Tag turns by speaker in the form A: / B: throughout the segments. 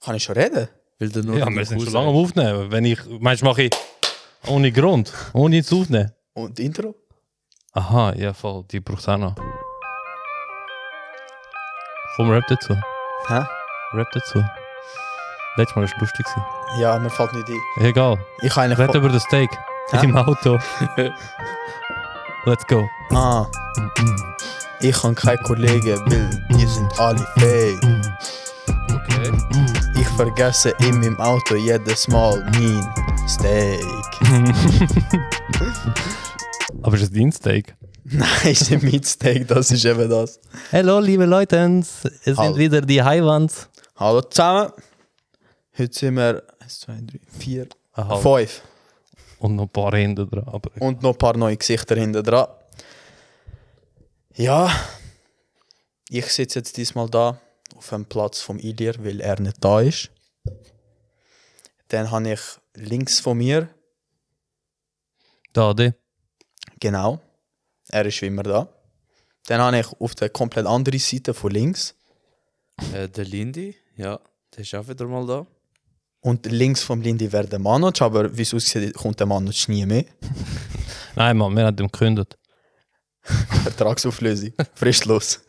A: Kann ich schon reden?
B: Weil du nur
C: Ja, wir sind schon lange am Aufnehmen. Wenn ich, meinst du, mache ich ohne Grund, ohne zu aufnehmen?
A: Und Intro?
C: Aha, ja voll, die braucht es auch noch. Komm, rap dazu.
A: Hä?
C: Rap dazu. Letztes Mal war es lustig. gewesen.
A: Ja, mir fällt nicht ein.
C: Egal,
A: Ich kann eigentlich...
C: red über das Steak.
A: Hä?
C: Im Auto. Let's go.
A: Ah. Ich habe keine Kollegen, weil wir sind alle fake.
B: Okay.
A: Ich vergesse in meinem Auto jedes Mal mein Steak.
C: Aber ist es dein Steak?
A: Nein, ist nicht mein Steak, das ist eben das.
C: Hallo, liebe Leute, es sind
A: Hallo.
C: wieder die Haiwans.
A: Hallo zusammen. Heute sind wir 1, 2, 3, 4,
C: Aha.
A: 5
C: Und noch ein paar Hände dran. Aber
A: und noch ein paar neue Gesichter hinten dran. Ja, ich sitze jetzt diesmal da auf dem Platz vom Ilir, weil er nicht da ist. Dann habe ich links von mir,
C: da, die.
A: genau, er ist wie immer da. Dann habe ich auf der komplett anderen Seite von links
B: Äh, der Lindy, ja, der ist auch wieder mal da.
A: und links vom Lindy wäre der Manoc, aber wie es aussieht, kommt der Manoc nie mehr.
C: Nein, Mann, wir haben ihn gekündigt.
A: Vertragsauflösung, frisch los.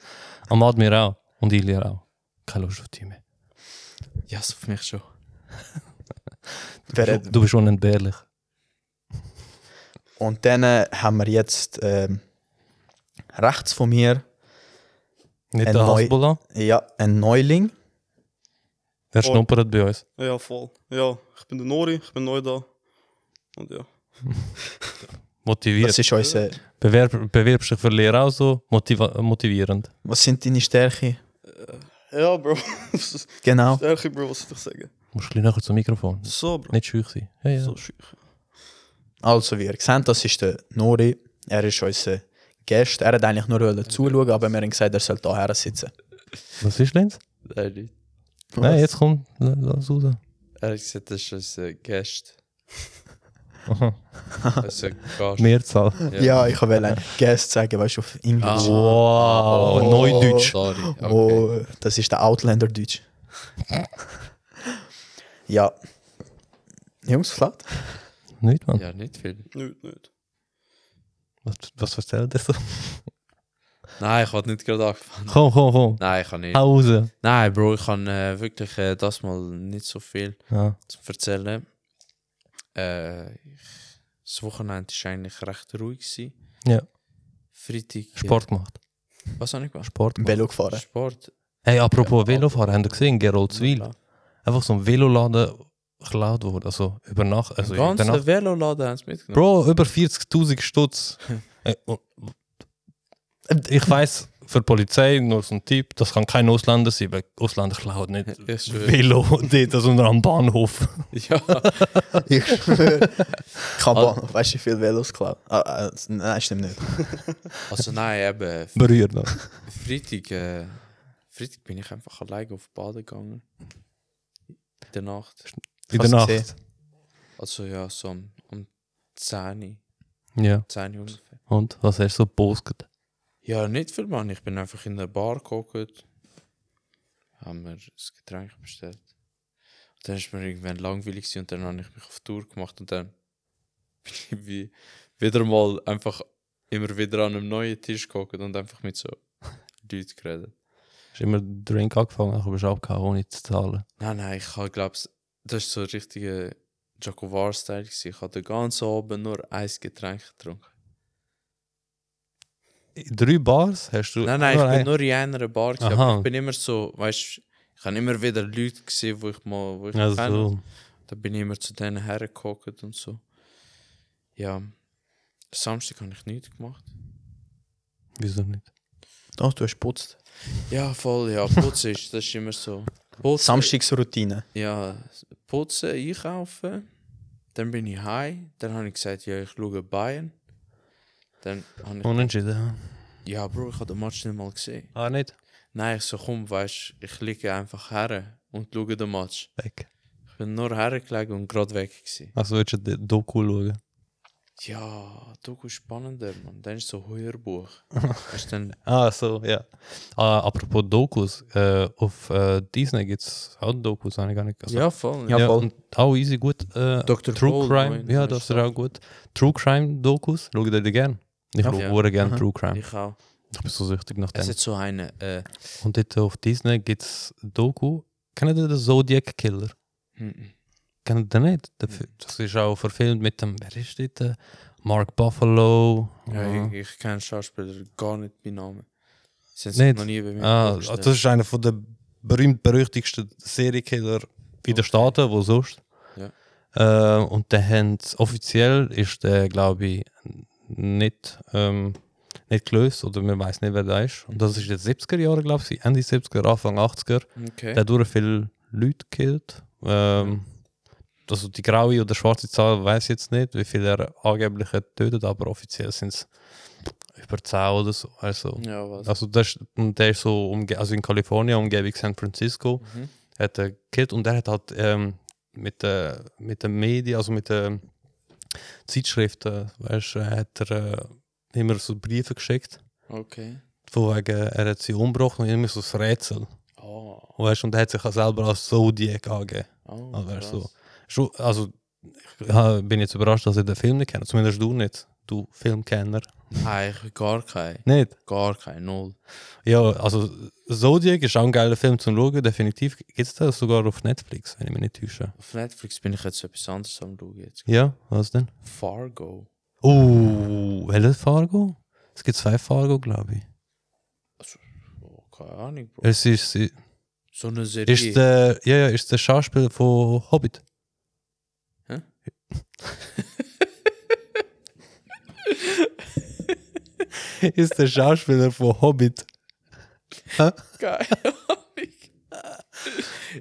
C: Am Admir auch. Und Ilir auch. Keine Lust auf die mehr.
B: Ja, so für mich schon.
A: Wer,
C: Du bist unentbehrlich.
A: Und dann äh, haben wir jetzt ähm, rechts von mir
C: Nicht
A: Ein
C: der
A: neu-
C: Hasbola.
A: ja, einen Neuling.
C: Der schnuppert bei uns.
D: Ja, voll. Ja, ich bin der Nori, ich bin neu da. Und ja.
C: Motiviert.
A: Das ist unser.
C: Bewerb, bewirbst dich für Lehre auch so motiva- motivierend.
A: Was sind deine Stärken?
D: Ja, Bro.
A: Genau.
D: Ehrlich, Bro, was soll ich sagen?
C: Musst du ein bisschen nachher zum Mikrofon.
D: So, Bro.
C: Nicht scheu sein. Ja, ja.
D: So schön.
A: Also, wie ihr seht, das ist der Nori. Er ist unser Gast. Er hat eigentlich nur wollen zuschauen, aber wir haben gesagt, er soll hierher sitzen.
C: Was ist Lenz?
B: Nein, nicht.
C: Nein, jetzt kommt. la- Lass raus.
B: Er hat gesagt, das ist ein äh, Gast.
C: Aha. Ah.
B: Also ein Gast.
C: Mehrzahl.
A: Ja, ich wollte Gast sagen, weißt du, auf Englisch.
B: Ah.
C: Wow.
B: Oh.
C: Neudeutsch.
B: Sorry.
C: Ah,
B: Okay.
A: Oh, das ist der Outlander-Deutsch. ja. Jungs, flat.
C: Nicht, Mann.
B: Ja, nicht viel.
D: Nicht, nicht.
C: Was, was erzählt er so?
B: Nein, ich habe nicht gerade angefangen.
C: Komm, komm, komm.
B: Nein, ich kann nicht.
C: Hau raus.
B: Nein, Bro, ich kann äh, wirklich äh, das mal nicht so viel
C: Ja.
B: zu erzählen. Äh, ich, das Wochenende war eigentlich recht ruhig. Gewesen.
C: Ja.
B: Freitag. äh,
C: Sport gemacht.
B: Was habe ich gemacht?
C: Sport gemacht.
A: Velo gefahren.
B: Sport.
C: Hey, apropos Velofahren, habt ihr gesehen? Geroldswil.
B: Ja.
C: Einfach so ein Veloladen geklaut wurde. Also über Nacht. Also
B: Ein
C: über Nacht.
B: ganzer Veloladen haben sie mitgenommen.
C: Bro, über 40.000 Stutz. Äh, und- ich weiß, für die Polizei nur so ein Typ, das kann kein Ausländer sein, weil Ausländer klauen nicht.
B: Ich schwöre.
C: Velo, dort, sondern am Bahnhof.
B: eh, ja.
A: Ich schwöre. Ich habe
B: Also-
A: Bahnhof, weißt du, wie viel Velos geklaut? Ah, äh, nein, stimmt nicht.
B: Also nein, eben,
C: Berührt.
B: Freitag, äh, Freitag bin ich einfach allein auf Baden gegangen. In der Nacht.
C: In der
A: Hast du
C: Nacht.
A: gesehen?
B: Also ja, so um, um 10 Uhr,
C: Ja.
B: 10 Uhr ungefähr.
C: Und was hast du so gepostet?
B: Ja, nicht viel, Mann. Ich bin einfach in der Bar geguckt. Haben wir das Getränk bestellt. Und dann ist mir irgendwann langweilig gewesen und dann habe ich mich auf Tour gemacht und dann bin ich wie wieder mal einfach immer wieder an einem neuen Tisch geguckt und einfach mit so Leuten geredet.
C: Hast immer den Drink angefangen, aber bist du abgehauen, ohne zu zahlen.
B: Nein, nein, ich habe, glaube das ist so ein richtiger Jacobar-Style. gewesen. Ich habe den ganzen Abend nur ein Getränk getrunken.
C: In drei Bars hast du. Oh,
B: Nein, nein, ich
C: ein-
B: bin nur in einer Bar. Gewesen,
C: Aha.
B: aber ich bin immer so, weißt du, ich habe immer wieder Leute gesehen, wo ich mal wo ich
C: Ja,
B: kenne.
C: so.
B: Da bin ich immer zu denen hergeguckt und so. Ja, Samstag habe ich nichts gemacht.
C: Wieso nicht?
A: Doch, du hast geputzt.
B: Ja, voll, ja, putzen ist, das ist immer so. Putzen,
A: Samstagsroutine.
B: Ja, putzen, einkaufen. Dann bin ich heim. Dann habe ich gesagt, ja, ich schaue Bayern. Dann habe
C: Oh.
B: ich,
C: Unentschieden.
B: ja, Bro, ich habe den Match nicht mal gesehen.
C: Ah, nicht?
B: Nein, ich so, komm, weißt ich liege einfach her und schaue den Match.
C: Weg.
B: Ich bin nur hergelegen und gerade weg gewesen.
C: Also, willst du die Doku schauen?
B: Ja, Doku ist spannender, Mann. Dann ist so Heuerbuch. Hast du dann
C: Ah, so, ja. Ah, apropos Dokus, äh, auf äh, Disney gibt es auch Dokus, habe ich gar nicht gesagt.
B: ja, voll.
A: Ja.
C: Ja,
A: voll.
C: und auch easy gut. Äh,
B: Dr.
C: True
B: Cold,
C: Crime,
B: neun,
C: ja,
B: neun
C: das ist
B: Staffeln.
C: auch gut. True Crime Dokus, schau dir die gerne. Ich
A: Ja.
C: schaue
B: Ja.
C: ja. gerne
A: Aha.
C: True Crime.
B: Ich auch.
C: Ich bin so süchtig nach
B: Es
C: dem.
B: ist so eine. Äh,
C: Und dort auf Disney gibt es Doku. Kennt ihr den Zodiac Killer?
B: mhm.
C: Kennt ihr den nicht? Der Fi- Das ist auch verfilmt mit dem, wer ist dort? äh, Mark Buffalo.
B: ja,
C: Mhm.
B: ich, ich kenne Schauspieler gar nicht bei Namen. Sie haben
C: Nicht?
B: sich noch nie bei mir
C: Ah,
B: vorgestellt.
C: das ist einer von der berühmt-berüchtigsten Serienkiller in den Staaten, wo sonst. Äh, und der haben offiziell ist der, glaube ich, nicht, ähm, nicht gelöst oder man weiß nicht, wer der ist. Und das ist jetzt 70er Jahre, glaube ich, Ende 70er, Anfang 80er.
B: Okay.
C: Der hat durch viele Leute gekillt. Ähm, also die graue oder schwarze Zahl weiß ich jetzt nicht, wie viele er angeblich hat getötet, aber offiziell sind es über 10 oder so. Also,
B: ja, was?
C: also das, und der ist so umge also in Kalifornien, Umgebung San Francisco,
B: Mhm.
C: hat er gekillt und der hat halt ähm, mit der mit den Medien, also mit den Zeitschriften, weißt, du, hat er äh, immer so Briefe geschickt,
B: Okay.
C: von wegen er hat sie umgebracht und immer so das Rätsel,
B: Oh.
C: weißt, du, und er hat sich auch selber als Zodiac angegeben.
B: oh
C: Also, er ist
B: krass.
C: so, schon, also ich ha- bin jetzt überrascht, dass ich den Film nicht kenne, zumindest du nicht, du Filmkenner.
B: Nein, ich will gar kein.
C: Nicht?
B: Gar kein. Null.
C: Ja, also Zodiac ist auch ein geiler Film zum Schauen, definitiv. Gibt es das sogar auf Netflix, wenn ich mich nicht täusche?
B: Auf Netflix bin ich jetzt etwas anderes am Schauen. Jetzt.
C: Ja, was denn?
B: Fargo.
C: Oh, welches Fargo? Es gibt zwei Fargo, glaube ich.
B: Oh, keine Ahnung, Bro.
C: Es ist, ist
B: So eine Serie.
C: der, ja, ja, ist der Schauspieler von Hobbit.
B: Hä?
C: ist der Schauspieler von Hobbit.
B: Keine Ahnung.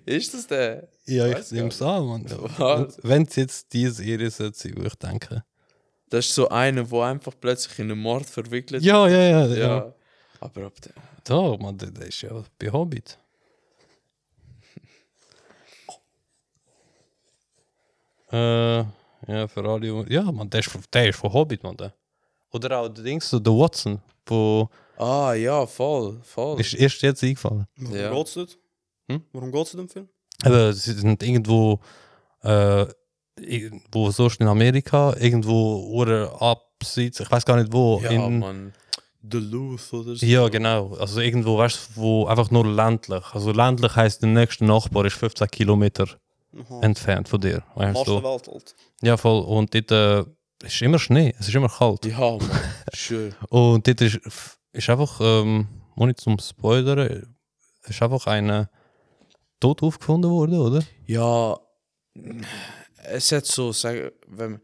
B: Ist das der?
C: Ja, ich
B: Weiß
C: nehme es an, Mann.
B: Was?
C: Wenn es jetzt die Serie ist, die ich denke.
B: Das ist so einer, der einfach plötzlich in einen Mord verwickelt
C: Ja, ja, ja.
B: Ja.
C: ja. ja.
B: Aber ob der.
C: Da, man, der, der ist ja bei Hobbit. äh, ja, für alle. Ja, man, der ist, von- der ist von Hobbit, man. Der. Oder auch der Dings, der Watson, wo
B: Ah, ja, voll, voll.
C: ist erst jetzt eingefallen.
D: Warum
B: Ja.
D: geht's nicht?
C: Hm?
D: Warum geht's in dem Film?
C: Aber sie sind irgendwo, äh, irgendwo sonst in Amerika, irgendwo oder abseits, ich weiß gar nicht wo.
B: ja,
C: in,
B: Mann. Duluth oder so.
C: Ja, genau. Also irgendwo, weißt du, wo einfach nur ländlich. Also ländlich heißt der nächste Nachbar ist 15 Kilometer
D: Aha.
C: entfernt von dir. Weißt
D: Marsch der
C: du?
D: Welt halt.
C: Ja, voll. Und dort äh, ist immer Schnee, es ist immer kalt.
B: Ja, Mann. Schön.
C: Und dort ist, ist einfach, ähm, ohne zum Spoilern, ist einfach eine tot aufgefunden worden, oder?
B: Ja, es hat so, sagen, wenn man,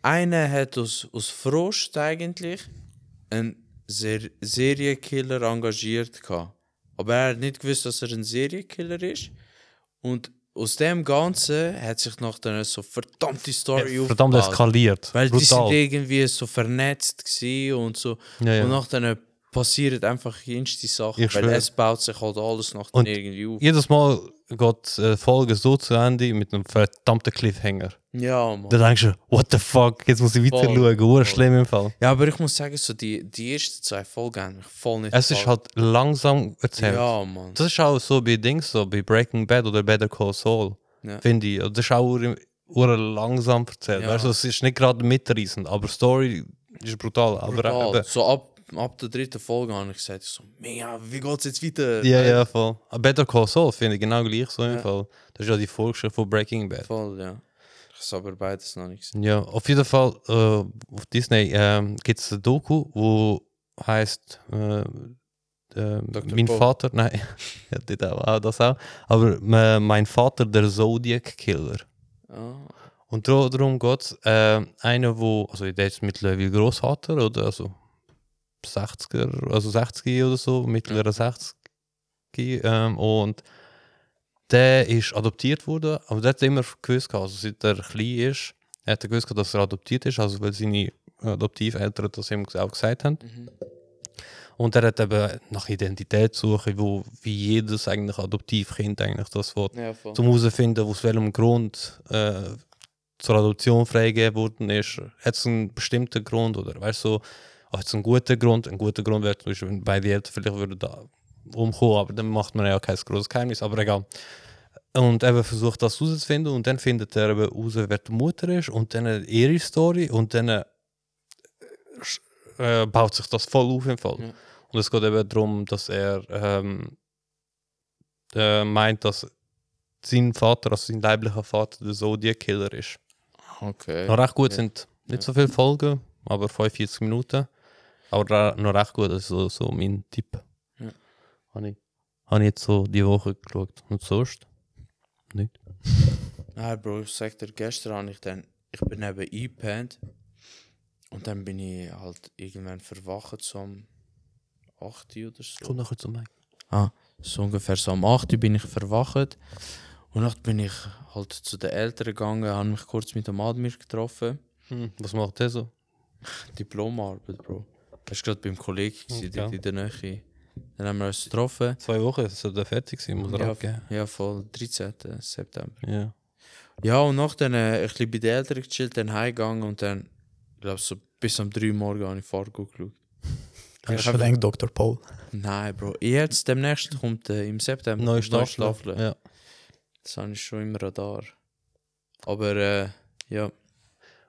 B: einer hat aus, aus Frost eigentlich einen Ser Serienkiller engagiert gehabt. Aber er hat nicht gewusst, dass er ein Serienkiller ist. Und aus dem Ganzen hat sich noch dann so verdammte Story
C: Verdammt eskaliert.
B: Weil die sind
C: Brutal.
B: irgendwie so vernetzt gsi und so.
C: Ja, ja.
B: Und nach dann passiert einfach jüngste Sachen,
C: Ich
B: weil
C: schwör.
B: es baut sich halt alles nach
C: Und
B: irgendwie auf.
C: Jedes Mal geht äh, Folge so zu Ende mit einem verdammten Cliffhanger.
B: Ja, Mann.
C: Da denkst du, what the fuck, jetzt muss ich weiter
B: Voll,
C: schauen.
B: voll.
C: Ur schlimm im Fall.
B: Ja, aber ich muss sagen, so die, die ersten zwei Folgen haben mich voll nicht
C: Es ist
B: gepackt.
C: halt langsam erzählt.
B: Ja, Mann.
C: Das ist auch so bei Dings, so bei Breaking Bad oder Better Call Saul,
B: Ja.
C: finde ich. Das ist auch ur, ur langsam erzählt.
B: Ja.
C: Weißt du, es ist nicht gerade mitreißend, aber Story ist brutal.
B: Brutal.
C: Aber, aber
B: so ab, ab der dritten Folge habe ich gesagt, so, mega, wie geht's jetzt weiter?
C: ja, ja, äh, voll. Better Call Saul finde ich genau gleich so im
B: Ja.
C: Fall. Das ist ja die Vorgeschichte von Breaking Bad.
B: Voll, ja. Ich habe aber beides noch nicht gesehen.
C: Ja, auf jeden Fall äh, auf Disney ähm, gibt es eine Doku, wo heißt äh, äh,
B: Dr.
C: mein
B: Paul.
C: Vater, nein, ja, dort auch, auch das auch, aber äh, mein Vater der Zodiac Killer.
B: Ah,
C: Und dro- darum geht es, äh, einer, wo, also der ist mittlerweile Großvater, oder? Also 60er, also 60 oder so, mittlerer 60 ähm, und der ist adoptiert worden, aber der hat immer gewusst, gehabt, also seit er klein ist, hat er gewusst, gehabt, dass er adoptiert ist, also weil seine Adoptiveltern das ihm auch gesagt haben.
B: mhm.
C: Und er hat eben nach Identität suchen, wo wie jedes eigentlich Adoptivkind eigentlich das will
B: Ja, voll.
C: zum herausfinden, aus welchem Grund äh, zur Adoption freigegeben worden ist, hat es einen bestimmten Grund oder weißt du, so, hat es einen guten Grund? Ein guter Grund wäre zum Beispiel, wenn beide Eltern vielleicht würden da umkommen, aber dann macht man ja kein großes Geheimnis, aber egal. Und eben versucht das herauszufinden und dann findet er eben raus, wer die Mutter ist und dann ihre Story und dann äh, sch- äh, baut sich das voll auf im Fall.
B: Ja.
C: Und es geht eben darum, dass er ähm, äh, meint, dass sein Vater, also sein leiblicher Vater, der Zodiac-Killer ist.
B: Okay.
C: Noch recht gut
B: Ja.
C: sind nicht
B: Ja.
C: so viele Folgen, aber 45 Minuten. Aber ra- noch recht gut, das ist so, so mein Tipp.
B: Ja.
C: Habe ich, hab ich jetzt so die Woche geschaut. Und sonst? Nicht.
B: Nein, Bro, ich sag dir, gestern habe ich dann, ich bin eben eingepennt und dann bin ich halt irgendwann verwacht, so um 8 Uhr oder so.
C: Komm nachher zu Mike.
B: Ah, So ungefähr so um 8 Uhr bin ich verwacht. Und dann bin ich halt zu den Eltern gegangen, habe mich kurz mit dem Admir getroffen.
C: Hm, Was macht der so?
B: Diplomarbeit, Bro. Er war gerade beim Kollegen gewesen,
C: Okay.
B: dort in der Nähe. Dann haben wir uns getroffen.
C: Zwei Wochen, das sollte er fertig sein, muss er
B: ja,
C: abgeben.
B: ja, voll 13. September.
C: Ja.
B: Ja, und nachdem äh, ich bin bei den Eltern gechillt, dann heimgegangen und dann, ich glaube, so bis um 3 Uhr morgens habe ich Fargo geschaut.
A: Hast du gedacht, Dr. Paul?
B: Nein, Bro. Jetzt, demnächst kommt äh, im September
C: Neue
B: kommt die neue
C: Staffel. Ja.
B: Das habe ich schon im Radar. Aber äh, ja,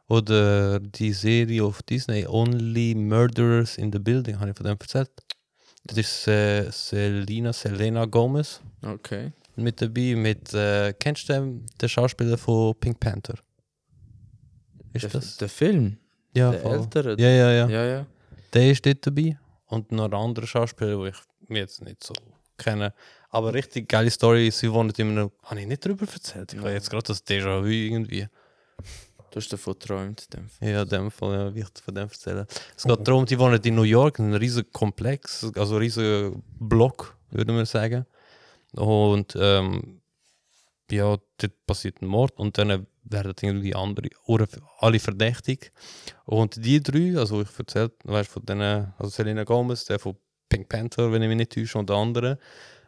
C: Oder die Serie auf Disney, Only Murderers in the Building, habe ich von dem erzählt. Das ist äh, Selena, Selena Gomez.
B: okay.
C: mit dabei mit äh, kennst du den, den Schauspieler von Pink Panther?
B: Der-
C: Ist das?
B: Der Film? Ah.
C: ja,
B: der
C: voll.
B: Ältere?
C: ja, ja, ja,
B: Dus Ja, ja. ja.
C: Der ist dort dabei und noch ein anderer Schauspieler, den ich mir jetzt nicht so kenne. Aber richtig geile Story. Sie wohnen in einem. Habe ich nicht darüber erzählt? Ich habe jetzt gerade das Déjà-vu irgendwie.
B: Du hast davon geträumt. in dem Fall.
C: Ja, in dem Fall, ja, wichtig von dem erzählen. Es geht darum, die wohnen in New York, in einem riesigen Komplex, also einen riesigen Block, würde man sagen. Und ähm, ja, dort passiert ein Mord und dann werden irgendwie andere, oder alle verdächtig. Und die drei, also ich erzählt, weißt von denen, also Selena Gomez, der von Pink Panther, wenn ich mich nicht täusche, und der andere,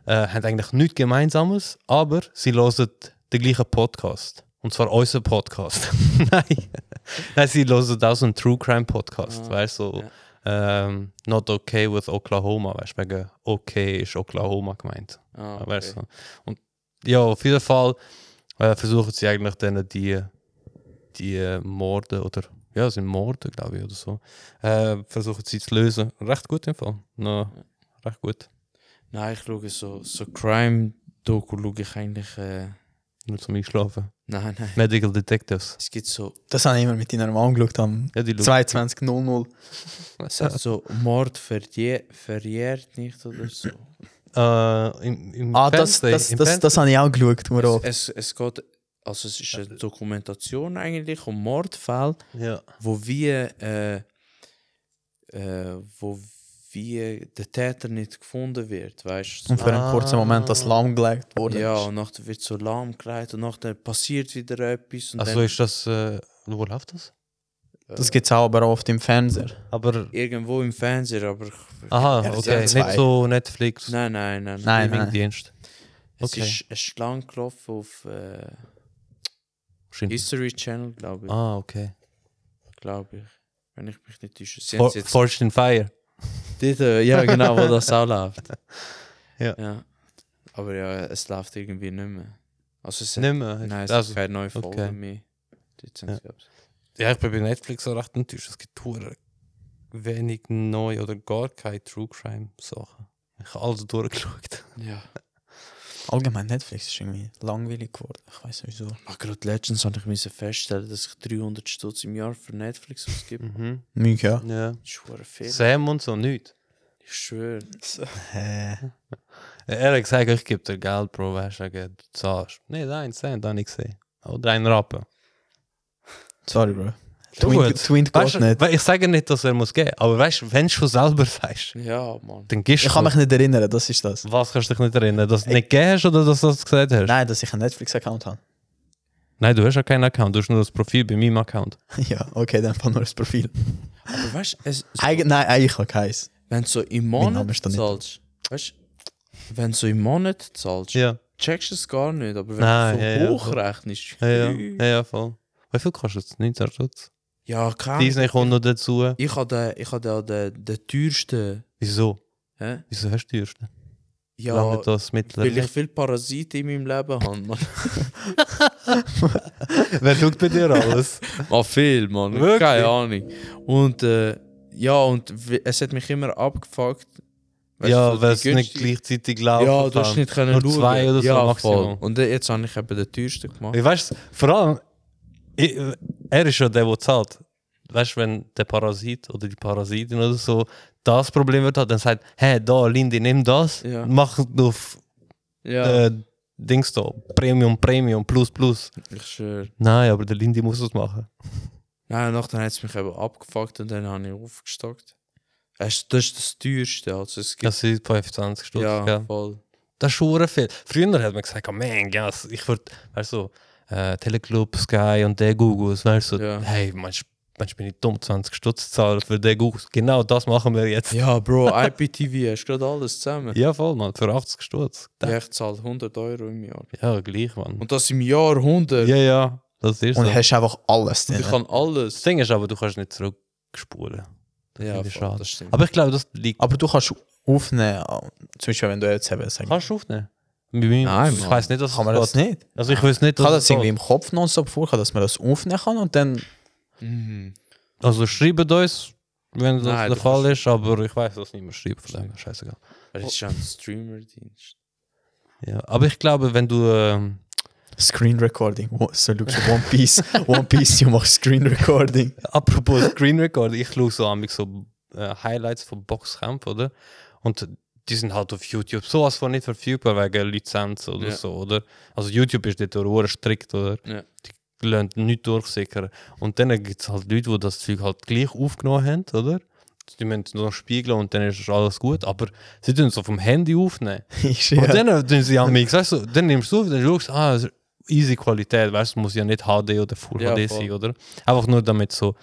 C: äh, haben eigentlich nichts Gemeinsames, aber sie hören den gleichen Podcast. Und zwar unseren Podcast. Nein. Nein, sie hören auch so einen True Crime Podcast,
B: Ah,
C: weißt du? So, ähm, not okay with Oklahoma, weißt du? Wegen okay ist Oklahoma gemeint.
B: Ah, okay.
C: Weißt du? Und ja, auf jeden Fall äh, versuchen sie eigentlich dann die, die äh, Morde oder ja, es sind Morde, glaube ich, oder so. Äh, versuchen sie zu lösen. Recht gut im Fall. No, recht gut.
B: Nein, ich schaue so, so Crime-Doku, schaue ich eigentlich. Äh,
C: Nur zum Einschlafen.
B: nein, nein.
C: Medical Detectives.
B: Es gibt so,
A: Das habe ich immer mit deiner Mom geschaut am
C: Ja, die schauen.
A: 22.00.
B: es hat so Mord verjährt, verjährt nicht oder so.
C: Äh, im, im
A: Ah, das,
C: Fernsehen,
A: das,
C: im
A: das, das habe ich auch geschaut, Muro.
B: Es, es, es geht, also es ist eine Dokumentation eigentlich um Mordfälle,
C: Fernsehen. Ja.
B: wo wir, äh, äh, wo wir der Täter nicht gefunden wird, weißt du?
A: Und
B: so.
A: für einen kurzen Moment das
C: Ah.
A: Lamm gelegt wurde.
B: Ja, und nachher wird so lahmgelegt und nachher passiert wieder etwas. Und
C: Also
B: dann,
C: ist das. Äh, wo läuft das?
A: Das gibt es auch aber oft im Fernseher.
C: Aber.
B: irgendwo im Fernseher, aber ich,
C: Aha,
A: Ja, das
C: okay.
A: sind zwei.
C: Nicht so Netflix.
B: nein, nein, nein.
A: Nein, nein.
C: Streamingdienst.
B: Es
C: okay.
B: ist eine Schlange gelaufen auf äh,
C: Wahrscheinlich.
B: History Channel, glaube ich.
C: Ah, okay.
B: Glaube ich. Wenn ich mich nicht täusche. Sie
C: For,
B: haben's jetzt-
C: Forged in Fire.
B: Dort, äh, ja, genau, wo das auch läuft.
C: Ja.
B: Aber ja, es läuft irgendwie nicht mehr. Also es hat,
C: Nicht mehr.
B: Nein, es
C: also,
B: hat keine neue Folge
C: okay.
B: mehr. Dort sind
C: Ja.
B: sie abs-
C: ja, ich bin bei Netflix auch recht enttäuscht. Es gibt hure wenig neu oder gar keine True Crime Sachen. Ich habe alles durchgeschaut.
B: ja.
A: Allgemein Netflix ist irgendwie langweilig geworden. Ich weiß nicht wieso.
B: Aber Ah, gerade letztens habe ich müssen feststellen, dass ich 300 Stutz im Jahr für Netflix ausgebe.
C: Mhm.
A: Mich, ja.
C: Ja.
B: Das ist hure viel.
C: Sam und so nicht.
B: Ich schwöre.
A: Äh,
C: Er hat gesagt, ich gebe dir Geld, Bro, weißt du, du zahlst. Nein, nein, Cent habe ich gesehen. Oder ein Rappen.
A: sorry, Bro.
C: Du
A: Twin,
C: gut.
A: Twin
C: Weißt
A: geht
C: du,
A: nicht.
C: we- ich sage nicht, dass er muss geben, aber weißt du, wenn du schon selber sagst,
B: Ja, Mann.
C: dann gibst du.
A: Ich kann mich nicht erinnern, das ist das.
C: Was kannst du dich nicht erinnern? Dass du nicht gegeben hast oder dass du das gesagt hast?
A: Nein, dass ich einen Netflix-Account habe.
C: Nein, du hast ja keinen Account, du hast nur das Profil bei meinem Account.
A: ja, okay, dann fand nur das Profil.
B: Aber weißt du, es-
A: Eig nein, eigentlich habe ich keins.
B: wenn du so im
A: Name
B: Monat
A: ist da nicht.
B: zahlst, weißt du, wenn du so im Monat zahlst,
C: Ja.
B: checkst du es gar nicht. Aber wenn
C: Nein,
B: du so
C: ja, ja,
B: hochrechnest,
C: Ja, ja, ja, ja voll. Wie viel kostet es? 19 Stutz?
B: Ja, keine Ahnung.
C: Disney kommt noch dazu.
B: Ich habe den, ich habe den, den, den teuersten.
C: Wieso?
B: Hä?
C: Wieso hast du teuersten? Ja,
B: Ja,
C: Lange das mittler.
B: weil ich viel Parasiten in meinem Leben habe, Mann.
C: Wer schaut bei dir alles?
B: Ah, viel, Mann.
C: Wirklich?
B: Keine Ahnung. Und äh, ja, und w- es hat mich immer abgefuckt. Weißt
C: ja,
B: du, so
C: weil
B: die
C: es nicht
B: günstige-
C: gleichzeitig laufen
B: Ja, du hast
C: kann.
B: nicht können
C: Nur
B: schauen.
C: zwei oder so
B: ja,
C: Maximum.
B: Voll. Und äh, jetzt habe ich eben den teuersten gemacht.
C: Ich weiß, vor allem, ich, er ist ja der, der zahlt. Weißt du, wenn der Parasit oder die Parasitin oder so das Problem wird hat, dann sagt, hey, da, Lindy, nimm das,
B: Ja.
C: mach auf
B: Ja,
C: äh, Dings da, Premium, Premium, Plus, Plus.
B: ich schwöre.
C: Nein, aber der Lindy muss es machen.
B: Nein, nachher hat es mich eben abgefuckt und dann habe ich aufgestockt. Es- Das ist das teuerste. Also es gibt
C: Das sind 25 Stunden.
B: ja,
C: Ja.
B: voll.
C: Das ist schon viel. Früher hat man gesagt, oh man, ja, ich würde, weißt du, so, äh, Teleclub, Sky und der Googles, weißt du, so,
B: Ja.
C: hey, manchmal manchmal bin ich dumm, 20 Stutz zu zahlen für den Googles. Genau das machen wir jetzt.
B: Ja, Bro, IPTV, hast gerade alles zusammen.
C: Ja, voll, Mann, für 80 Stutz.
B: Ja, ich zahle 100 Euro im Jahr.
C: Ja, gleich, Mann.
B: Und das im Jahr 100.
C: Ja, ja, das ist
A: Und
C: so.
A: hast einfach alles
B: Ich
A: drin.
B: kann alles.
C: Das Ding ist aber, du kannst nicht zurückspulen.
B: Ja,
C: finde ich schade.
B: das stimmt.
C: Aber ich glaube, das liegt.
A: Aber du kannst aufnehmen, äh, zum Beispiel, wenn du jetzt eben sagst,
C: Kannst du aufnehmen? Bei mir-
B: Nein,
C: ich
B: Mann.
C: weiß nicht, dass
A: kann
C: es
A: man das
C: geht.
A: nicht?
C: Also ich weiß nicht,
A: Ich habe
C: es
A: das irgendwie
C: geht.
A: im Kopf nonstop vor, dass man das aufnehmen kann und dann
B: Mhm.
C: Also schreibt uns, wenn das
B: Nein,
C: der
B: du
C: Fall
B: kannst-
C: ist, aber ich weiß, dass niemand schreibt von dem. Scheißegal.
B: Weil es ist ja ein Streamerdienst.
C: Ja, aber ich glaube, wenn du ähm,
A: Screen Recording. Wo- So schaust du One Piece, One Piece, du machst Screen Recording.
C: apropos Screen Record, ich schaue so amig so äh, Highlights von Boxkampf, oder? Und die sind halt auf YouTube sowas von nicht verfügbar wegen Lizenz oder
B: Ja.
C: so, oder? Also YouTube ist dort auch strikt, oder?
B: Ja.
C: Die lernt nichts durchsickern. Und dann gibt es halt Leute, die das Zeug halt gleich aufgenommen haben, oder? Die müssen es noch spiegeln und dann ist alles gut, aber sie tun es auf dem Handy aufnehmen.
A: Ich
C: Und
A: ja.
C: dann tun sie ja uh, mix, weißt du, dann nimmst du auf, dann schaust du, ah, es ist easy Qualität, weißt du, muss ja nicht HD oder Full
B: Ja,
C: HD
B: voll.
C: sein, oder? Einfach nur damit so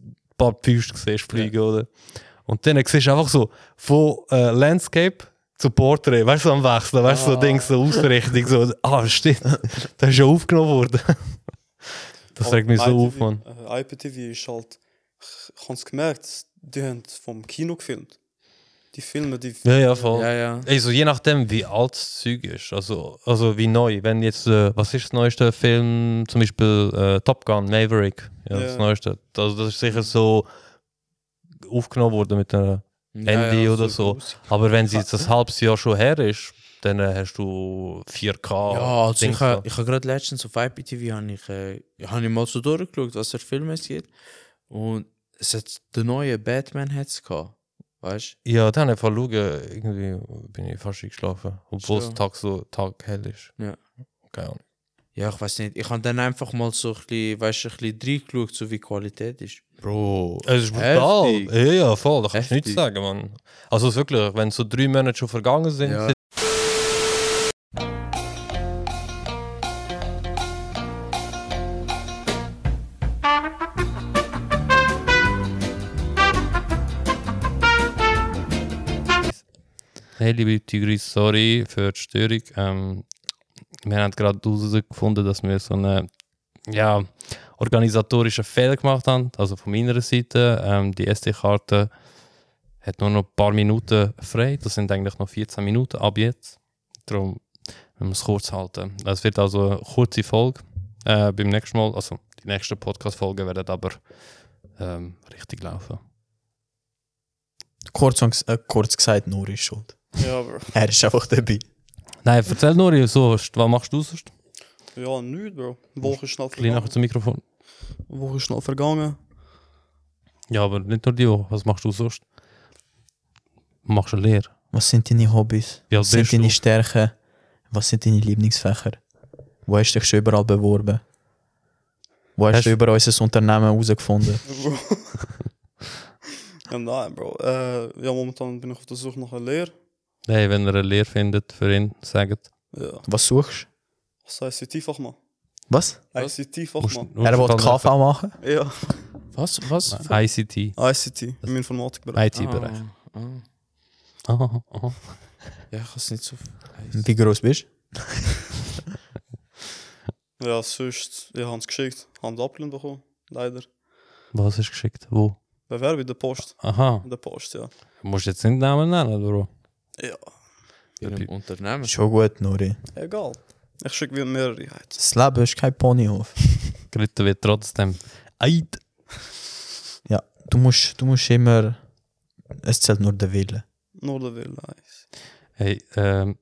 C: ein paar Pfüste siehst fliegen, oder? Und dann siehst du einfach so von äh, Landscape zu Portrait, weißt du, am Wechseln, weißt du, so
B: Ah.
C: Ding, so Ausrichtung, so, ah, stimmt, das ist ja aufgenommen worden. Das
B: Oh,
D: Aber
C: regt mich so auf,
D: IPTV
C: Mann.
D: Äh, IPTV ist halt, ich habe es gemerkt, die haben vom Kino gefilmt. Die Filme, die.
C: Ja, ja, voll.
B: Ja, ja.
C: Also je nachdem, wie alt das Zeug ist, also, also wie neu. Wenn jetzt, äh, was ist das neueste Film, zum Beispiel äh, Top Gun, Maverick, ja, das
D: Ja.
C: neueste. Also das ist sicher so aufgenommen worden mit einer... Handy oder so.
B: groß.
C: Aber wenn sie jetzt ein halbes Jahr schon her ist, dann äh, hast du 4K.
B: Ja, also
C: Dings
B: ich habe
C: da.
B: ich ha gerade letztens auf IPTV hab ich, äh, hab ich mal so durchgeschaut, was für Filme es gibt. Und es hat, der neue Batman hat es gehabt. Weißt
C: Ja, dann einfach schauen, irgendwie bin ich fast eingeschlafen. Obwohl es
B: Schon.
C: Tag so Tag hell ist.
B: Ja.
C: Keine Ahnung.
B: du? Ja, ich weiß nicht. Ich habe dann einfach mal so ein bisschen, weißt, du, ein bisschen reingeschaut, so wie die Qualität ist.
C: Bro. Es ist brutal.
B: Heftig.
C: Ja, ja, voll. Da kannst du nichts
B: Heftig.
C: sagen, Mann. Also es ist wirklich, wenn so drei Monate schon vergangen sind,
B: Ja.
C: sind- Hey, liebe Tigris, sorry für die Störung. Ähm, wir haben gerade herausgefunden, dass wir so einen ja, organisatorischen Fehler gemacht haben. Also von meiner Seite. Ähm, die SD-Karte hat nur noch ein paar Minuten frei. Das sind eigentlich noch 14 Minuten ab jetzt. Darum müssen wir es kurz halten. Es wird also eine kurze Folge äh, beim nächsten Mal. Also die nächsten Podcast-Folgen werden aber ähm, richtig laufen.
A: Kurz, und- äh, kurz gesagt, nur ist schuld.
D: Ja, aber.
A: Er ist einfach dabei.
C: Nein, erzähl nur, so, was machst du sonst?
D: Ja, nicht, Bro. Woche ist schnell
C: Klein nachher
D: vergangen.
C: zum Mikrofon.
D: Woche ist schnell vergangen.
C: Ja, aber nicht nur die Woche. Was machst du sonst? Machst du eine Lehre?
A: Was sind deine Hobbys?
C: Wie alt
A: Was sind
C: bist
A: deine
C: du?
A: Stärken? Was sind deine Lieblingsfächer? Wo hast du dich schon überall beworben? Wo hast,
C: Hast-
A: du über unser Unternehmen herausgefunden?
D: Bro. ja, nein, Bro. Äh, ja, momentan bin ich auf der Suche nach einer Lehre.
C: Hey, wenn ihr eine Lehre findet für ihn, sagt.
D: Ja.
A: Was suchst
D: Was heißt ICT-Fachmann?
A: du? Was?
B: Was?
D: ICT-Fachmann.
A: Er will KV machen?
D: Ja,
B: Was? Was?
C: ICT.
D: Ah, ICT im Informatikbereich.
C: IT-Bereich.
B: Ah, ah.
C: Ah, ah. Hm.
B: Ja, ich kann es nicht so.
A: Wie groß bist du?
D: Ja, sonst, ich habe es geschickt, haben es abgelehnt bekommen, leider.
C: Was hast du geschickt? Wo?
D: Bewerbe in der Post.
C: Aha.
D: In der Post, ja.
C: Du musst jetzt nicht Namen nennen, Bro.
D: Ja,
B: in einem Unternehmen.
A: Schon gut, Nuri.
D: egal. Ich schicke wieder mehrere. Heute.
A: Das Leben ist kein Ponyhof.
C: Geritten wird trotzdem Eid.
A: Ja, du musst, du musst immer. Es zählt nur der Wille.
D: Nur der Wille, nice.
C: Hey, ähm,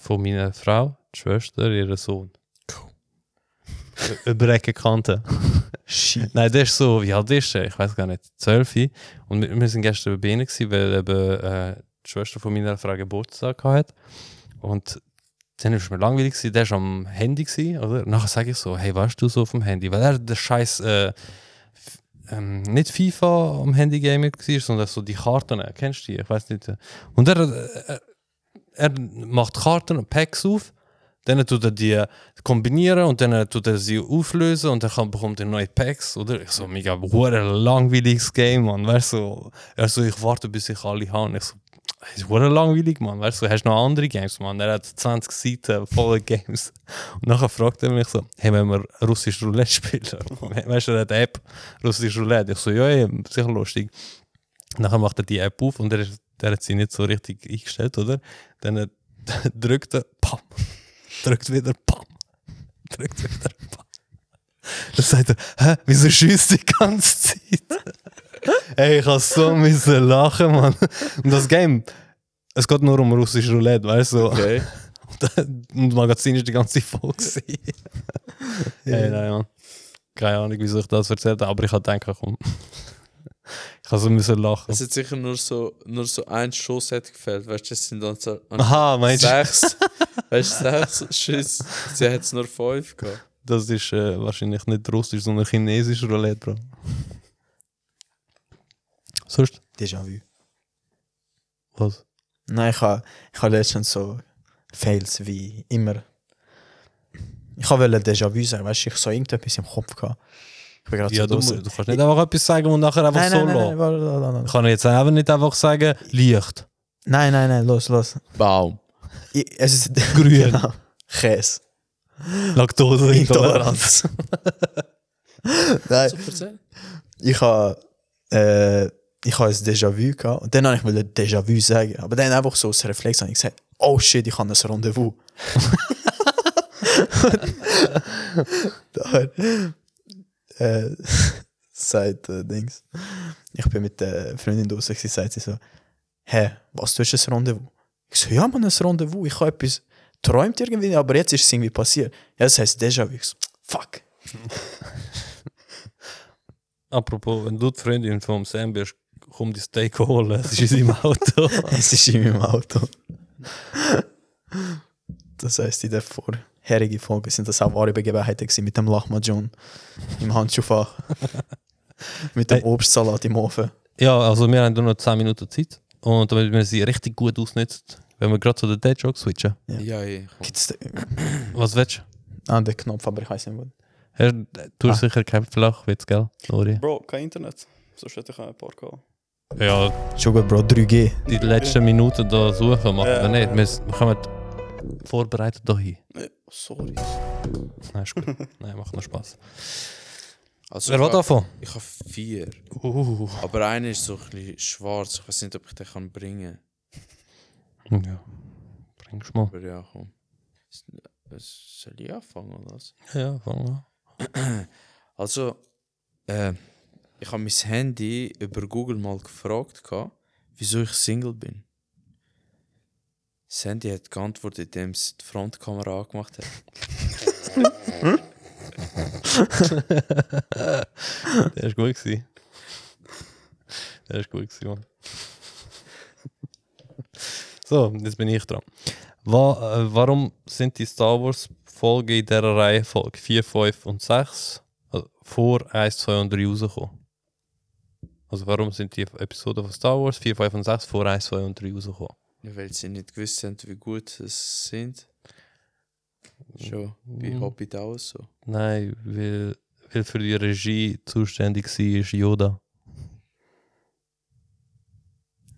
C: von meiner Frau, die Schwester, ihren Sohn. Cool. Über Ecke Kante.
A: Shit.
C: Nein, der ist so, wie alt ist er? Ich weiß gar nicht, 12. Und wir, wir sind gestern bei ihnen, gewesen, weil eben, äh, die Schwester von meiner Frau Geburtstag hatte. Und dann war es mir langweilig, gewesen. der war am Handy, gewesen, oder? Und nachher sage ich so, hey, warst du so auf dem Handy? Weil er der scheiß, äh, f- ähm, nicht FIFA am Handy-Gamer war, sondern so die Karten, kennst du die? Ich weiß nicht. äh. Und er, äh, er macht Karten und Packs auf dann tut er die kombinieren und dann äh, tut er sie auflösen und dann kann, bekommt er neue Packs, oder? Ich so, mega hure langweiliges Game, Mann, weißt du? so, Er so, ich warte, bis ich alle habe. Und ich so, es ist hure langweilig, Mann, weißt du? so, hast du noch andere Games, Mann? Er hat 20 Seiten voller Games. Und nachher fragt er mich so, hey, wenn wir russisch Roulette spielen? weißt du, er hat eine App, russisch Roulette. Ich so, ja, ja, sicher lustig. Nachher macht er die App auf und er, ist- der hat sie nicht so richtig eingestellt, oder? Dann äh, drückt er, pam, drückt wieder, pam, drückt wieder, pam. Dann sagt er, hä, wieso schießt die ganze Zeit? Ey, ich habe so müssen lachen, Mann. Und das Game, es geht nur um russisch Roulette, weißt du?
B: Okay.
C: Und das Magazin ist die ganze Zeit voll. gewesen. Ey, nein, Mann. Keine Ahnung, wieso ich das erzählt habe, aber ich habe gedacht, komm. Ich habe so müssen lachen.
B: Es hat sicher nur so, nur so ein Schuss hat gefällt. Weißt du, das sind dann so
C: Aha, meinst du,
B: sechs. weißt du, sechs Schüsse. Sie hat nur fünf gehabt.
C: das ist äh, wahrscheinlich nicht russisch, sondern chinesisch Roulette, Bro. Sonst,
A: Déjà-vu.
C: was?
A: Nein, ich habe ich ha letztens so Fails wie immer. Ich wollte Déjà-vu sagen, weißt du, ich so irgendetwas im Kopf gehabt. Ich bin gerade
C: Ja,
A: so
C: du,
A: draussen.
C: du kannst nicht einfach etwas sagen und nachher einfach
A: nein,
C: so
A: nein, nein, nein,
C: lassen.
A: warte, warte, warte,
C: Ich
A: warte.
C: kann jetzt einfach nicht einfach sagen, Licht.
A: nein, nein, nein, los, los.
B: Baum.
A: Ich, es ist
C: Grün.
A: genau. Käse.
C: Laktoseintoleranz.
A: Intoleranz. nein.
B: So erzähl.
A: ich habe äh, ich habe ein Déjà-vu gehabt und dann habe ich wollte Déjà-vu sagen, aber dann einfach so aus Reflex habe ich gesagt, oh shit, ich habe ein Rendezvous. da äh, sagt äh, Dings, ich bin mit der Freundin draußen, sie sagt sie so, hä, was, du hast ein Rendezvous? Ich so, ja man, ein Rendezvous, ich habe etwas träumt irgendwie, aber jetzt ist es irgendwie passiert. Ja, das heißt Déjà-vu. Ich so, fuck.
C: Apropos, wenn du die Freundin vom Sam bist, komm die Steak holen, es ist in seinem Auto.
A: Es ist in meinem Auto. Das heisst, in der vorherigen Folge sind das auch wahre Begebenheiten gewesen mit dem Lachmajon im Handschuhfach. mit dem
C: Hey.
A: Obstsalat im Ofen.
C: Ja, also wir haben nur noch 10 Minuten Zeit. Und damit wir sie richtig gut ausnutzen, wenn wir gerade zu den Dead Joke switchen.
B: Ja, ja. komm.
A: Gibt's den,
C: Was willst du? Ah.
A: ah, den Knopf, aber ich weiß nicht, wo.
C: Herr, du hast sicher keinen Flachwitz, gell? Sorry.
D: Bro, kein Internet. Sonst hätte ich auch ein paar gehabt.
C: Ja,
A: Schon gut, Bro, 3G.
C: die letzten Minuten da suchen machen wir
D: Ja.
C: nicht. Wir, wir kommen vorbereitet dahin.
D: Nee, sorry.
C: Nein, ist gut. Nein, macht noch Spaß.
B: Also,
C: Wer
B: ich
C: war
B: hab-
C: davon?
B: Ich habe vier.
C: Uh.
B: Aber einer ist so ein bisschen schwarz. Ich weiß nicht, ob ich den kann bringen
C: Ja. Bringst mal.
B: Aber ja, komm. S- s- Soll ich anfangen oder was?
C: Ja, fang an.
B: Also, äh, ich habe mein Handy über Google mal gefragt, gehabt, wieso ich Single bin. Das Handy hat geantwortet, indem es die Frontkamera angemacht hat.
C: Der ist gut gewesen. Der ist gut gewesen, Mann. So, jetzt bin ich dran. Wa äh, warum sind die Star Wars Folgen in dieser Reihe Folge 4, 5 und 6 also vor 1, 2 und 3 rausgekommen? Also warum sind die Episoden von Star Wars 4, 5 und 6 vor 1, 2 und 3 rausgekommen?
B: Ja, weil sie nicht gewusst haben, wie gut sie sind. Schon bei
C: Mm.
B: Hobbit auch so.
C: Nein, weil, weil für die Regie zuständig war ist Yoda.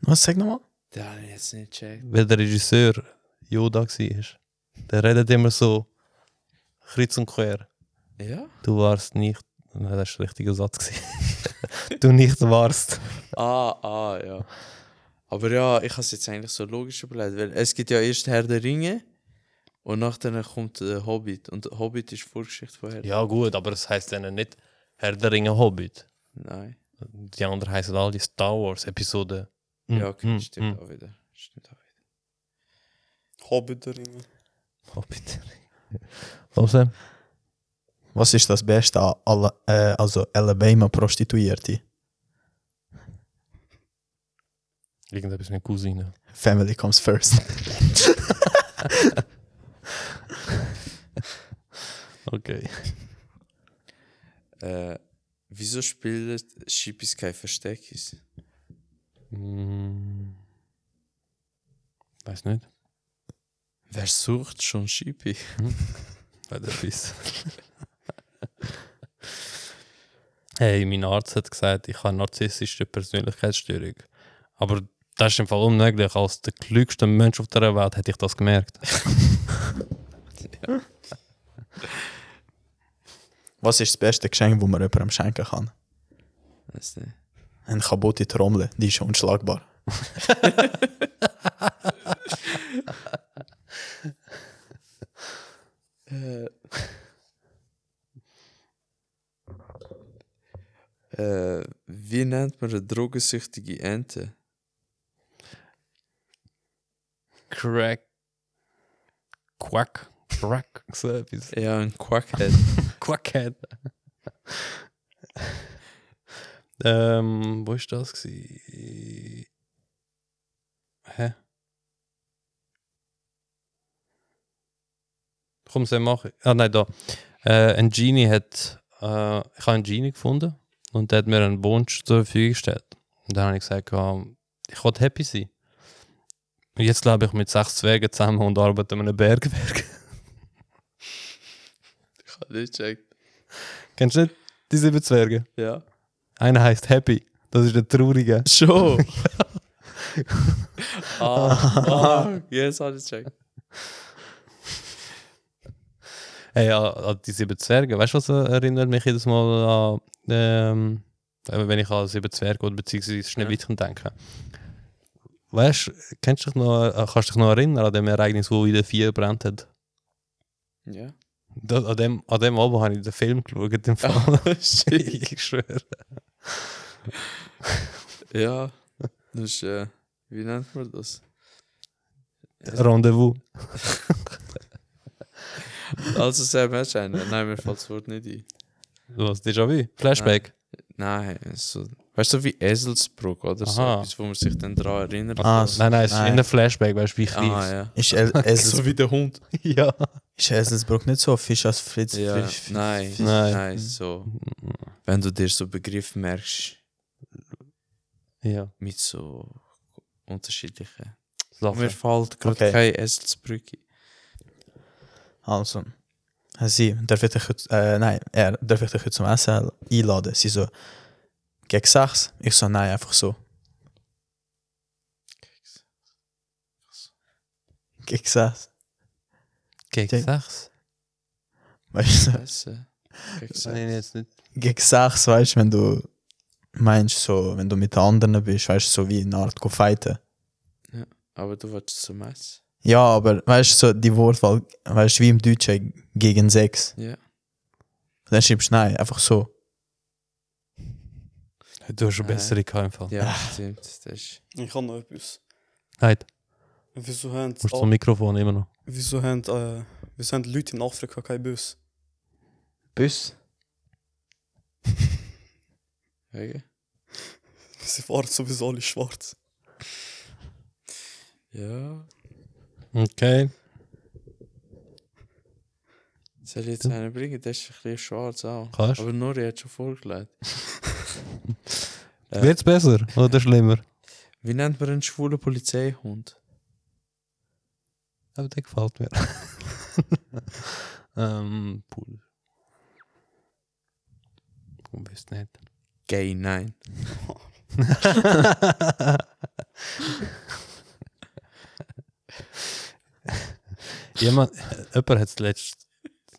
A: Was, sag nochmal?
B: Da habe ich jetzt nicht gecheckt.
C: weil der Regisseur Yoda war. Der redet immer so kreuz und quer.
B: Ja?
C: Du warst nicht. Nein, das war der richtige Satz. gewesen. du nicht warst.
B: Ah, ah, ja. Aber ja, ich habe es jetzt eigentlich so logisch überlegt, weil es gibt ja erst Herr der Ringe und nachher kommt der Hobbit. Und der Hobbit ist Vorgeschichte von Herr
C: Ja, gut, aber es heisst dann nicht Herr der Ringe Hobbit.
B: Nein.
C: Die anderen heißen alle Star Wars Episode. Mm,
B: Ja, okay,
C: mm,
B: stimmt
C: mm.
B: auch wieder. Stimmt auch wieder.
D: Hobbit der Ringe.
C: mm. Hobbit. Warum Sam?
A: Was ist das Beste an alle, äh, also Alabama Prostituierte?
C: Irgendetwas mit Cousine.
A: Family comes first.
C: Okay.
B: Äh, wieso spielt Schippis kein Versteckis?
C: Mm. Weiß nicht.
B: Wer sucht schon Schippi?
C: Weil der Biss. hey, mein Arzt hat gesagt, ich habe narzisstische Persönlichkeitsstörung. Aber das ist im Fall unmöglich. Als der klügste Mensch auf der Welt hätte ich das gemerkt.
A: Was ist das beste Geschenk, das man jemandem schenken kann?
B: Weiß nicht.
A: Eine kaputte Trommel, die ist unschlagbar.
B: Äh. äh, wie nennt man eine drogensüchtige Ente?
C: Crack. Quack. Crack. So etwas.
B: Ja, ein Quackhead.
C: Quackhead. ähm, wo ist das? Gewesen? Hä? Komm, sie machen. Ah, nein, da. Äh, ein Genie hat. Äh, ich habe einen Genie gefunden und der hat mir einen Wunsch zur Verfügung gestellt. Und dann habe ich gesagt, ah, ich wollte happy sein. Und jetzt lebe ich mit sechs Zwergen zusammen und arbeite an einem Bergwerk.
B: ich hab nicht gecheckt.
C: Kennst du nicht die sieben Zwerge?
B: Ja.
C: Einer heißt Happy. Das ist der Traurige.
B: Schon! ah, ah, jetzt hab ich gecheckt.
C: Hey, an, an die sieben Zwerge. Weißt du, was äh, erinnert mich jedes Mal an, ähm, äh, wenn ich an sieben Zwerge oder beziehungsweise Schneewittchen denke? Weißt du, kennst du dich noch, äh, kannst du dich noch erinnern an dem Ereignis, wo wieder vier brennt hat?
B: Ja.
C: Das, an, dem, an dem Abend habe ich den Film geschaut, im Fall.
B: Ah, shit.
C: ich schwöre.
B: ja. Das ist, äh, wie nennt man das?
C: Rendezvous.
B: Also sehr wahrscheinlich. Nein, mir fällt das Wort nicht ein.
C: Was? Déjà-vu? Flashback?
B: Nein, so, weißt du, so wie Eselsbrück oder so
C: Aha.
B: etwas, wo man sich dann daran erinnert.
A: Ah,
B: Also-
C: Nein, nein, es ist
A: Nein.
C: in der Flashback, weißt du, wie ich
B: ah,
C: ah,
B: ja.
A: Ist, El Esels
B: wie der Hund.
C: ja.
A: ist Eselsbruck nicht so ein Fisch als Fritz?
B: Ja,
A: Fisch, Fisch-
B: nein,
A: Fisch-
B: nein,
C: Nein.
B: so. Wenn du dir so Begriff merkst,
C: Ja.
B: mit so unterschiedlichen. Mir
C: Lachen.
B: fällt gerade
A: Okay.
B: keine Esselsbrücke.
A: Also, sie, darf ich dich heute, äh, nein, er, darf ich dich heute zum Essen einladen? Sie so, gegen sechs? Ich so, nein, einfach so. Gegen sechs.
C: Gegen sechs?
A: Weißt du,
B: Essen.
C: Nein, jetzt nicht.
A: gegen sechs, weißt du, wenn du meinst, so, wenn du mit den anderen bist, weißt du, so wie eine Art go fighten.
B: Aber du wolltest zum Essen.
A: Ja, aber weißt du, so die Wortwahl, weißt du, wie im Deutschen gegen sechs.
B: Ja.
A: Dann schreibst du nein, einfach so.
C: Du hast schon
B: Nein.
C: bessere gehabt im Fall.
B: Ja, stimmt. Das ist
D: Ich habe noch etwas.
C: Nein,
D: Wieso haben,
C: musst du
D: all-
C: zum Mikrofon immer noch.
D: wieso, haben, äh, wieso haben die Leute in Afrika kein Bus?
A: Bus?
B: okay.
D: Sie fahren sowieso alle schwarz.
B: Ja.
C: Okay.
B: Soll ich jetzt einen bringen? Das ist ein bisschen schwarz auch.
C: Kannst.
B: Aber Nori hat schon vorgelegt. Ja.
C: Wird's besser oder schlimmer?
B: Wie nennt man einen schwulen Polizeihund?
C: Aber der gefällt mir. ähm, Pool. Du bist nicht.
B: Gay, nein.
C: Jemand, äh, jemand hat es letztens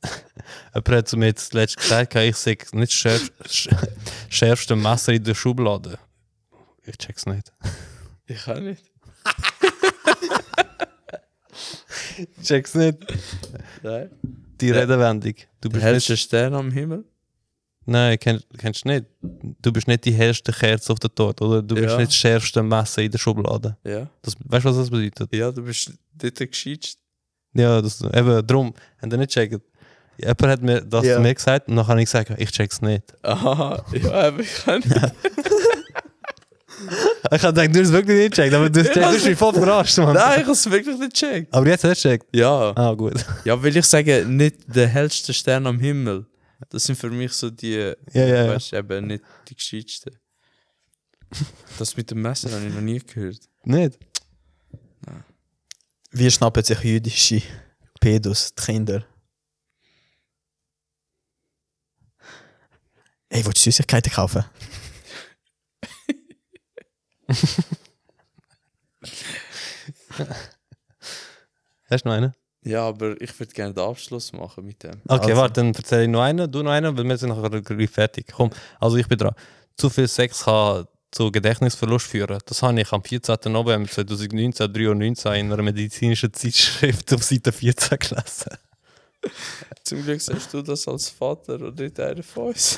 C: Jemand hat zu mir jetzt letztes gesagt, ich sehe nicht schärf, sch- schärfste Messer in der Schublade. Ich check's nicht.
B: Ich kann nicht.
C: Ich check's nicht. Äh,
B: Nein.
C: Die
B: Ja.
C: Redewendung. Du
B: Der
C: bist nicht,
B: hellste Stern am Himmel?
C: nein, kennst, kennst du nicht. Du bist nicht die hellste Kerze auf der Torte, oder? Du bist
B: Ja.
C: nicht das schärfste Messer in der Schublade.
B: Ja.
C: Das, weißt du, was das bedeutet?
B: Ja, du bist dort gescheitscht.
C: Ja, das, eben, drum, haben die nicht gecheckt. Jemand hat mir das
A: Ja.
C: zu mir gesagt und dann habe ich gesagt, ich check's nicht.
B: Aha, ja, aber ich kann nicht.
C: Ich habe gedacht, du hast es wirklich nicht gecheckt, aber du, du, hast mich voll verarscht, Mann.
B: Nein, ich habe es wirklich nicht gecheckt.
C: Aber jetzt hast du es gecheckt.
B: Ja.
C: Ah, gut.
B: Ja, will ich sagen, nicht der hellste Stern am Himmel. Das sind für mich so die,
C: Ja, ja, ja.
B: weißt du, eben nicht die gescheitsten. Das mit dem Messer habe ich noch nie gehört.
C: Nicht?
A: Wie schnappen sich jüdische Pedos die Kinder? Ey, willst du Süßigkeiten kaufen?
C: Hast du noch einen?
B: Ja, aber ich würde gerne den Abschluss machen mit dem.
C: Okay,
A: Also.
C: warte, dann erzähle ich noch einen, du noch einen, weil wir sind nachher gleich fertig. Komm, also ich bin dran. Zu viel Sex kann zu Gedächtnisverlust führen. Das habe ich am 14. November 2019, 3.19 in einer medizinischen Zeitschrift auf Seite 14 gelesen.
B: Zum Glück sagst du das als Vater und nicht einer von uns.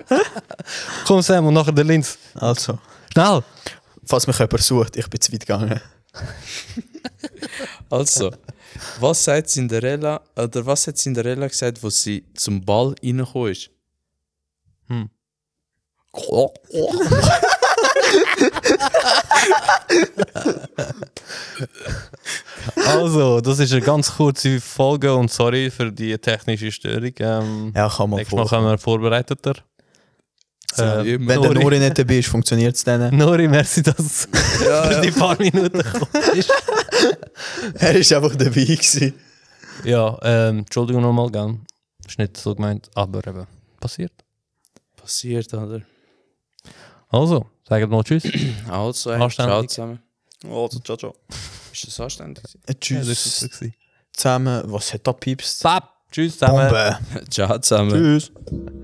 C: Komm Sam, und nachher der Linz.
A: Also,
C: Schnell!
A: falls mich jemand sucht, ich bin zu weit gegangen.
B: Also, was hat Cinderella, oder was hat Cinderella gesagt, wo sie zum Ball reingekommen ist?
C: Hm. Also, das ist eine ganz kurze Folge und sorry für die technische Störung. Ähm,
A: Ja, kann man
C: nächstes Mal kommen wir vorbereiteter.
B: Ja,
C: Äh,
A: Wenn der
C: Nori.
A: Nori nicht dabei ist, funktioniert es dann.
C: Nori, merci, dass
B: Ja,
C: du die paar Minuten gekommen bist.
A: Er ist einfach dabei gewesen.
C: Ja, ähm, Entschuldigung nochmal, gell. Ist nicht so gemeint, aber eben, passiert.
B: Passiert, oder?
C: Also, sagt mal Tschüss.
B: Also, hey,
C: Anständig.
B: ciao zusammen.
D: Also, ciao, ciao.
B: Ist das anständig?
A: Äh,
C: Ja, das
A: Tschüss
C: war's gewesen.
A: zusammen. Was hat da piepst?
C: Bap, tschüss zusammen.
A: Bombe.
B: ciao zusammen.
A: Tschüss.